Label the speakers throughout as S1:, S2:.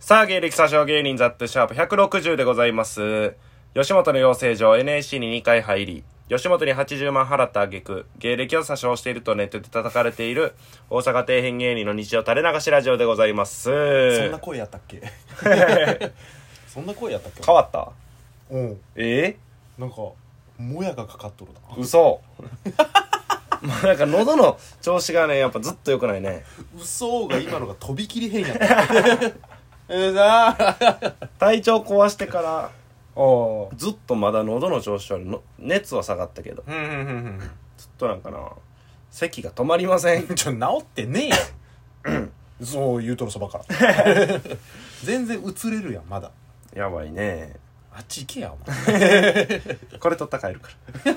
S1: さあ、芸歴詐称芸人ザットシャープ160でございます。吉本の養成所 NAC に2回入り、吉本に80万払った挙句、芸歴を詐称しているとネットで叩かれている、大阪底辺芸人の日常垂れ流しラジオでございます。
S2: そん
S1: 変
S2: な声やったっけそんな声やったっけ
S1: わった
S2: うん
S1: え
S2: なんかもやがかかっとるな
S1: ー、嘘。 まあなんか喉の調子がね、やっぱずっと良くないね。
S2: 嘘が今のが飛び切り変やった
S1: うざ体調壊してから、
S2: お
S1: ずっとまだ喉の調子はの、熱は下がったけど、
S2: うんうんうん
S1: ずっとなんかな、咳が止まりません
S2: う。んちょ治ってねえやんそう言うとるそばから全然映れるやんまだ
S1: やばいね
S2: あっち行けやお
S1: これ取ったら帰るか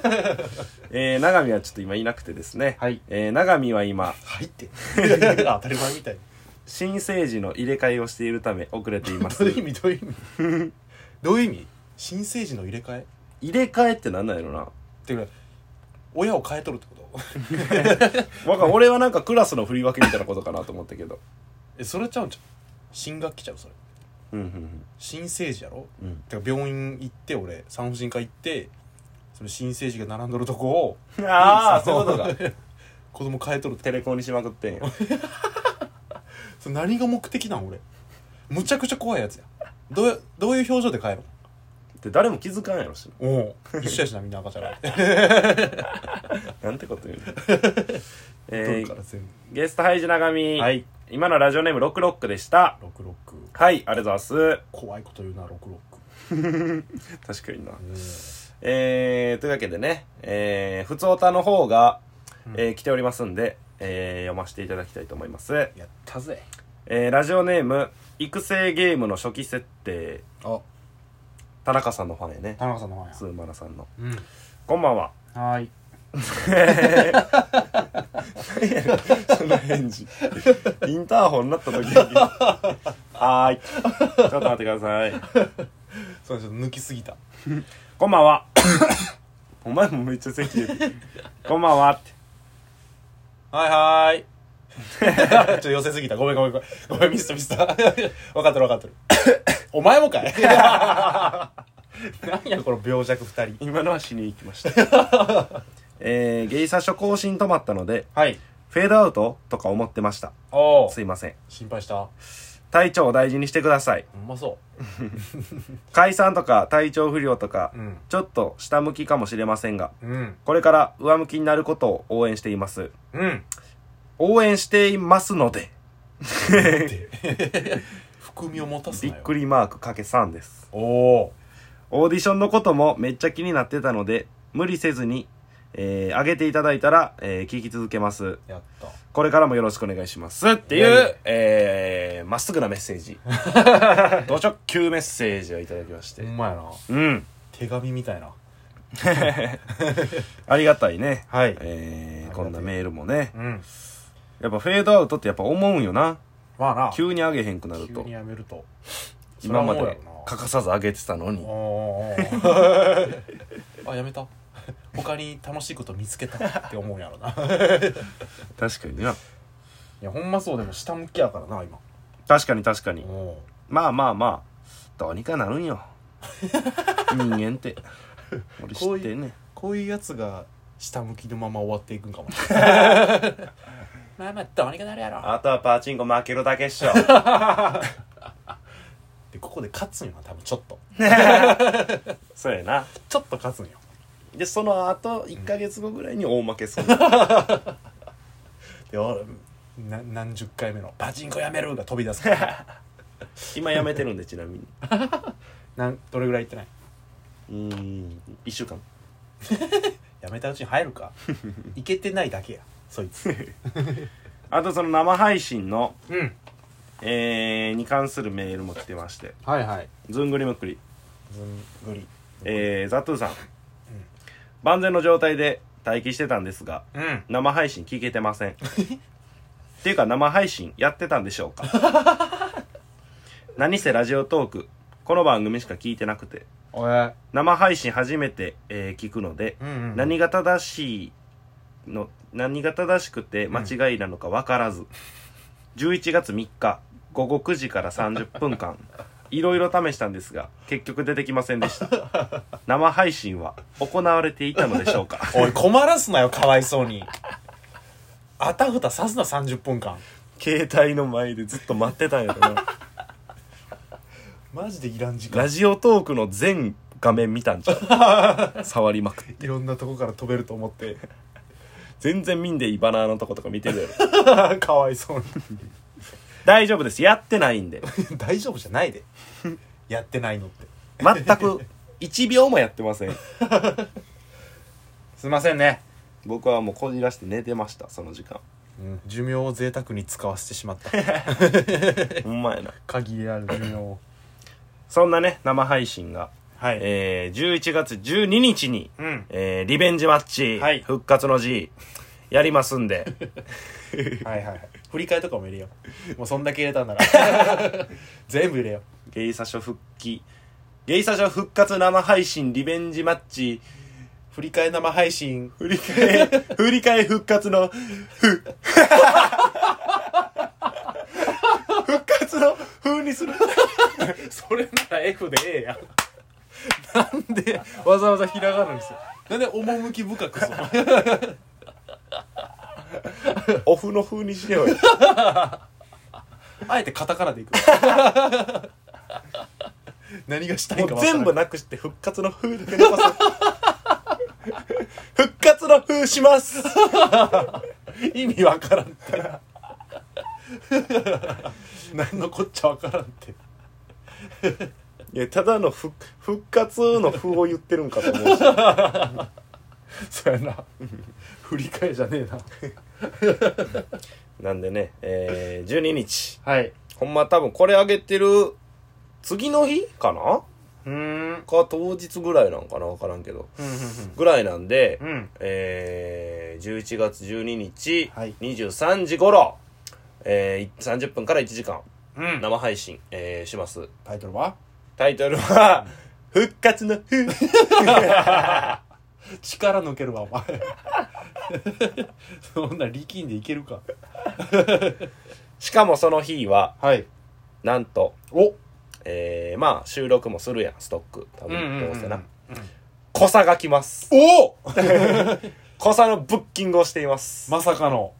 S1: ら えー、永見はちょっと今いなくてですね、
S2: はい
S1: えー、永見は今
S2: 前入って 当たり前みたい
S1: 新生児の入れ替えをしているため遅れていま
S2: どう
S1: す
S2: いう意味どういう意味どういう意味新生児の入れ替えっ
S1: 入れ替えってなんなんやろな
S2: ていうか親を変えとるってこと
S1: わかん俺はなんかクラスの振り分けみたいなことかなと思ったけど
S2: えそれちゃうんちゃう新学期ちゃうそれ
S1: うんうん
S2: 新生児やろ
S1: うんうん
S2: てか病院行って俺産婦人科行ってその新生児が並んどるとこを
S1: あ あそういうことか
S2: 子供変えとるって
S1: テレコにしまくってん よ
S2: それ何が目的なん俺むちゃくちゃ怖いやつやどうやどういう表情で帰る
S1: で誰も気づかんやろし
S2: のおお一緒やしなみんな赤ちゃ んが
S1: なんてこと言う の
S2: ど
S1: え
S2: うか
S1: ー
S2: ら、全
S1: ゲストハイジ永見、
S2: 部はい
S1: 今のラジオネームロックロックでした
S2: 66
S1: はいありがとうございます
S2: 怖いこと言うな66
S1: 確かにな
S2: うん
S1: えー、というわけでね、えー、普通歌の方が、
S2: うん
S1: えー来ておりますんで、えー読ませていただきたいと思います。
S2: やったぜ
S1: えーラジオネーム、育成ゲームの初期設定、
S2: あ
S1: 田中さんのファンやね。
S2: 田中さんの番や
S1: スーマラさんの。
S2: うん
S1: こんばんは。
S2: はーい
S1: その返事。 インターホンになった時に。はーい。ちょっと待ってください。
S2: そうちょっと抜きすぎた
S1: こんばん は。お前もめっちゃ席 出てる。こんばんはって。
S2: はいはーい ちょっと寄せすぎたごめんごめんごめんごめんミスったミ スった分かってる分かってるお前もか いなんやこの病弱二人
S1: 今のは死に行きました。 えー、ゲイサ初更新止まったので、
S2: はい
S1: フェードアウトとか思ってました。
S2: おお
S1: すいません。
S2: 心配したう
S1: 体調を大事にしてください。
S2: まそ
S1: 解散とか体調不良とか
S2: う、ん
S1: ちょっと下向きかもしれませんが、
S2: うん
S1: これから上向きになることを応援しています。
S2: うん
S1: 応援していますので、
S2: って 含みを持たす
S1: び
S2: なよ
S1: っくりマークかけ3です。
S2: おお
S1: オーディションのこともめっちゃ気になってたので、無理せずに、えー、上げていただいたら、えー、聞き続けます。
S2: やった
S1: これからもよろしくお願いします。って
S2: い
S1: い、
S2: やいう
S1: えー、まっすぐなメッセー ジ。土直球メッセージをいただきまし
S2: ほ
S1: て。
S2: んまやな
S1: うん。
S2: 手紙みたいな
S1: ありがたいね。
S2: はい
S1: えー、
S2: ありがたい
S1: こんなメールもね。
S2: うん
S1: やっぱフェードアウトってやっぱ思うんよな。
S2: まあな
S1: 急に上げへんくなる
S2: 急
S1: と
S2: に。やめると
S1: 今ま
S2: そ
S1: で
S2: らもうやろな
S1: 欠かさず上げてたのに。
S2: おーおーおーあやめた他に楽しいこと見つけたって思うんやろな い
S1: 確かにな。
S2: やほんまそうでも下向きやからな今
S1: 確かに確かに。
S2: お
S1: まあまあまあ、どうにかなるん よ。人間って。俺知
S2: こう
S1: って
S2: い
S1: んねん。
S2: こういうやつが下向きのまま終わっていくんかも まあまあどうにかなるやろ
S1: あとはパチンコ負けるだけっ しょ。
S2: でここで勝つんよな多分ちょっと
S1: そうやな。
S2: ちょっと勝つんよ
S1: で、その後、1ヶ月後ぐらいに大負けそう。
S2: で俺な何十回目の「パチンコやめる!」が飛び出 すから
S1: 今やめてるんで、ちなみに。
S2: なんどれぐらい行ってないう
S1: ーん、1週間。
S2: やめたうちに入る かいけてないだけやそいつ
S1: あとその生配信の、
S2: うん
S1: えー、に関するメールも来てまして。
S2: はいはい
S1: ずんぐりむっくり。
S2: ずんぐり
S1: えー、ザトゥーさん。万全の状態で待機してたんですが、
S2: うん
S1: 生配信聞けてま せん。っていうか生配信やってたんでしょうか 何せラジオトーク、この番組しか聞いてなくて、
S2: おや
S1: 生配信初めて、えー聞くので、
S2: うんうん
S1: 何が正しいの何が正しくて間違いなのか分からず、11月3日午後9時から30分間いろいろ試したんですが結局出てきませんでした生配信は行われていたのでしょうか
S2: おい困らすなよかわいそうにあたふたさすな30分間
S1: 携帯の前でずっと待ってたんやろな
S2: マジでいらん時間
S1: ラジオトークの全画面見たんじゃん触りまくって
S2: いろんなとこから飛べると思って
S1: 全然見んでいいバナーのとことか見てるやろ
S2: かわいそうに
S1: 大丈夫ですやってないんで
S2: 大丈夫じゃないでやってないのって
S1: 全く1秒もやってません
S2: すいませんね、
S1: 僕はもうこじらして寝てましたその時間
S2: うん、寿命を贅沢に使わせてしまった
S1: ほんまやな
S2: 限りある寿命を
S1: そんなね生配信が、
S2: は
S1: えー、11月12日に、
S2: うん
S1: えーリベンジマッチ、
S2: はい
S1: 復活の G やりますんで
S2: はいはいはい振り替えとかも入れようもうそんだけ入れたんなら 全部入れよ う
S1: ゲイサショ復帰ゲイサショ復活生配信リベンジマッチ
S2: 振り替え生配信
S1: 振り替え振り替え復活のふ復活の風にする
S2: それなら F でええやんなんでわざわざひらがなにするなんで趣深く する
S1: オフの風にし ようよ
S2: あえてカタカナでいく 何がしたい
S1: も
S2: んか
S1: う
S2: わから
S1: 全
S2: ん
S1: 部なくして復活の風だけ残す 復活の風します
S2: 意味わからんって 何のこっちゃわからんって
S1: いやただの復復活の風を言ってるんかと思うし
S2: そうやな振り替えじゃねえな
S1: なんでね、えー、12日
S2: はい
S1: ほんま多分これあげてる次の日かな
S2: うん
S1: か当日ぐらいなんかな分からんけど
S2: うん
S1: ぐらいなんで、
S2: うんうん
S1: えー、11月12日、
S2: はい
S1: 23時頃、えー、30分から1時間
S2: うん
S1: 生配信、えーします
S2: タイトルは
S1: タイトルは「復活の風」
S2: 力抜けるわお前 そんな力んでいけるか
S1: しかもその日は
S2: はい
S1: なんと
S2: お
S1: えー、まあ収録もするやんストック多
S2: うんうん
S1: 分
S2: う
S1: ど
S2: ん
S1: うせなコサが来ます
S2: お
S1: コサのブッキングをしています
S2: まさかの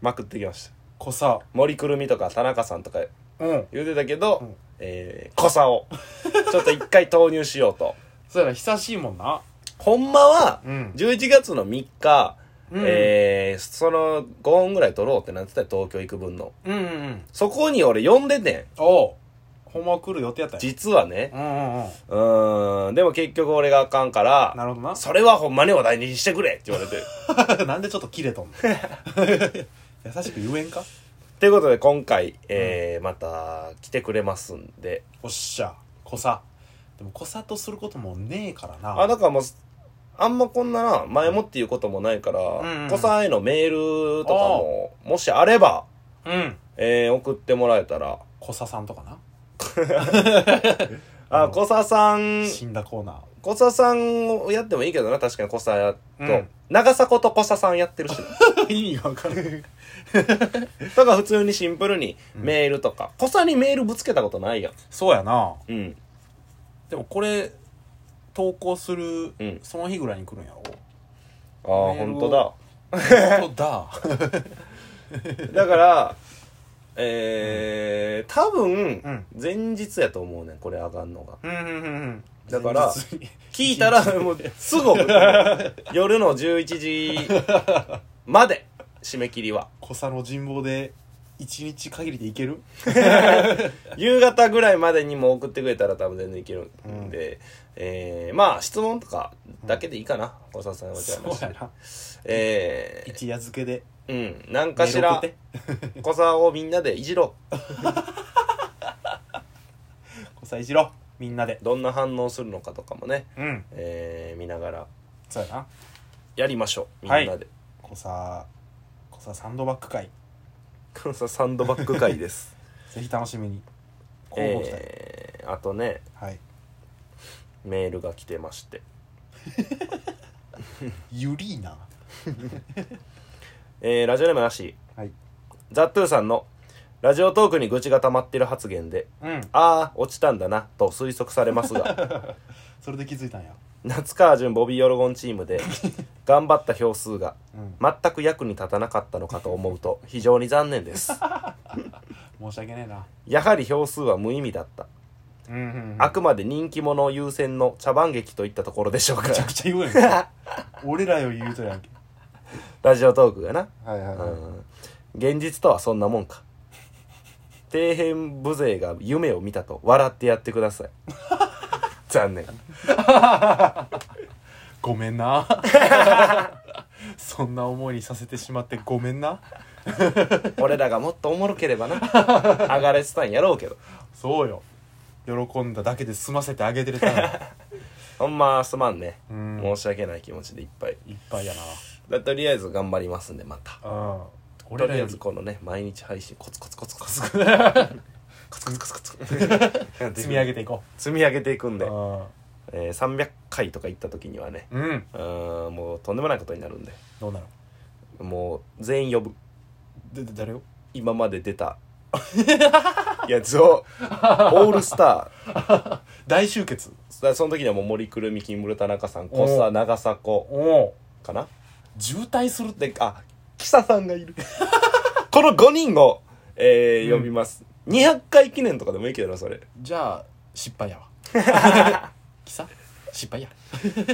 S1: まくってきました
S2: 濃さ
S1: 森くるみとか田中さんとか
S2: うん
S1: 言うてたけど、
S2: うん
S1: えー、コサをちょっと一回投入しようと
S2: そうやな久しいもんな
S1: ほんまは
S2: うん
S1: 11月の3日、
S2: うん
S1: えー、その5本ぐらい取ろうってなってたよ東京行く分の
S2: うんうんうん
S1: そこに俺呼んでてん
S2: おうほんまは来る予定やったんや
S1: 実はね
S2: うんうんうん
S1: うーんでも結局俺があかんから
S2: なるほどな
S1: それはほんまに話題にしてくれって言わ れて。
S2: なんでちょっと切れとんの 優しく言えんか
S1: ということで今回、えーまた来てくれますんで。
S2: おっしゃ濃さでも濃さとすることもねえからな
S1: あ、だからもう、あんまこんなな、前もっていうこともないから、
S2: んうん
S1: 子さんへのメールとかも、もしあれば、
S2: うん
S1: えー送ってもらえたら、
S2: 濃ささんとかな
S1: あ、子ささん、
S2: 死んだコーナー
S1: 子ささんをやってもいいけどな、確かに子さやと、
S2: うん
S1: 長迫と子ささんやって るし、
S2: 意味が分からん
S1: だから普通にシンプルにメールとか、子さにメールぶつけたことないやん。
S2: そうやな
S1: うん。
S2: でもこれ投稿する、
S1: うん
S2: その日ぐらいに来る んや
S1: あ
S2: ろ
S1: あ、ほんとだ。
S2: そうだ
S1: だ から、えー、多分
S2: うん、
S1: 前日やと思うねん、これ上がんのが。
S2: うんうんうんうん
S1: だから
S2: 前日に
S1: 聞いたら、もう、すぐ送ってね、 夜の11時まで、締め切り は。
S2: 濃さの人望で一日限りでいける
S1: 夕方ぐらいまでにも送ってくれたら多分全然いけるんで、えー、まあ、質問とかだけでいいかな、小沢さんはじゃ
S2: そうやな
S1: え
S2: 一夜漬けで
S1: ー、うん、何かしら
S2: メー、ル
S1: 小沢をみんなでいじろ
S2: 濃さいじろうみんなで
S1: う。どんな反応するのかとかもね、
S2: うん
S1: えー、見ながら、
S2: そうやな
S1: やりましょう、みんなで。
S2: はいこさこさサンドバッグ会
S1: 黒沢サンドバッグ会です。
S2: ぜひ楽しみに交互期待、
S1: えー、あとね
S2: はい
S1: メールが来てまして、
S2: ゆりーな
S1: えー、ラジオネームなし
S2: はい
S1: ザ・トゥーさんの「ラジオトークに愚痴が溜まってる発言で、
S2: うん
S1: ああ、落ちたんだな、と推測されます が、
S2: それで気づいたんや
S1: 夏川淳ボビー・オロゴンチー ムで、頑張った票数が、全く役に立たなかったのかと思うと、非常に残念 です。
S2: 申し訳ねえな
S1: やはり票数は無意味だった。
S2: うんうん
S1: あくまで人気者優先の茶番劇といったところでしょうか
S2: め。ちゃくちゃ言うや ん俺らより言うとるやんけ
S1: ラジオトークがな。
S2: はいはいはい、
S1: うん現実とはそんなもんか。底辺無勢が夢を見たと笑ってやってくだ さい。残念。
S2: ごめんな そんな思いにさせてしまってごめんな
S1: 俺らがもっとおもろけれ ばな。上がれてたんやろうけど。
S2: そうよ喜んだだけで済ませてあげてるたら
S1: ほんますまんね。
S2: うん
S1: 申し訳ない気持ちでいっぱい。
S2: いっぱいやな
S1: だとりあえず頑張りますんで、また。
S2: うん
S1: と
S2: 俺
S1: り
S2: ら
S1: あえ
S2: よ
S1: ず
S2: り
S1: このね、毎日配信コツコツコツコツ。コツコツコツコツ。
S2: 積み上げていこ
S1: 積み上げていくん
S2: う、
S1: で、えー、300回とか行った時にはね、
S2: うんうん
S1: うーん、もうとんでもないことになるんで、
S2: どうなの
S1: もう全員呼ぶ。
S2: でで誰を
S1: 今まで出た やつをオールスター
S2: 大集結
S1: だその時にはもう森くるみキンブル田中さん小
S2: お
S1: 佐
S2: う
S1: 長迫
S2: おお
S1: かな
S2: 渋滞するって
S1: であキサさんがいる この5人を、えー
S2: うん
S1: 呼びます、200回記念とかでもいいけどなそれ
S2: じゃあ失敗やわきさ失敗や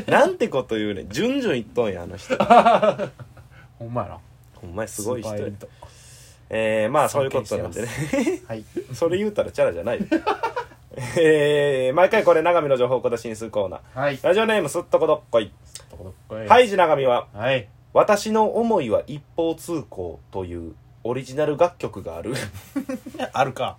S1: なんてこと言うねん順々いっとんやあの人
S2: ほんまやな
S1: ほんまにすごい人
S2: スーパー
S1: や
S2: エリート
S1: えー、まあそういうことなんでね
S2: はい
S1: それ言うたらチャラじゃないよえー、毎回これ長見の情報小出しにするコーナー
S2: はい
S1: ラジオネームすっとこどっこい
S2: どこどっこい
S1: ハイジ長見は
S2: はい
S1: 私の思いは一方通行というオリジナル楽曲がある。
S2: あるか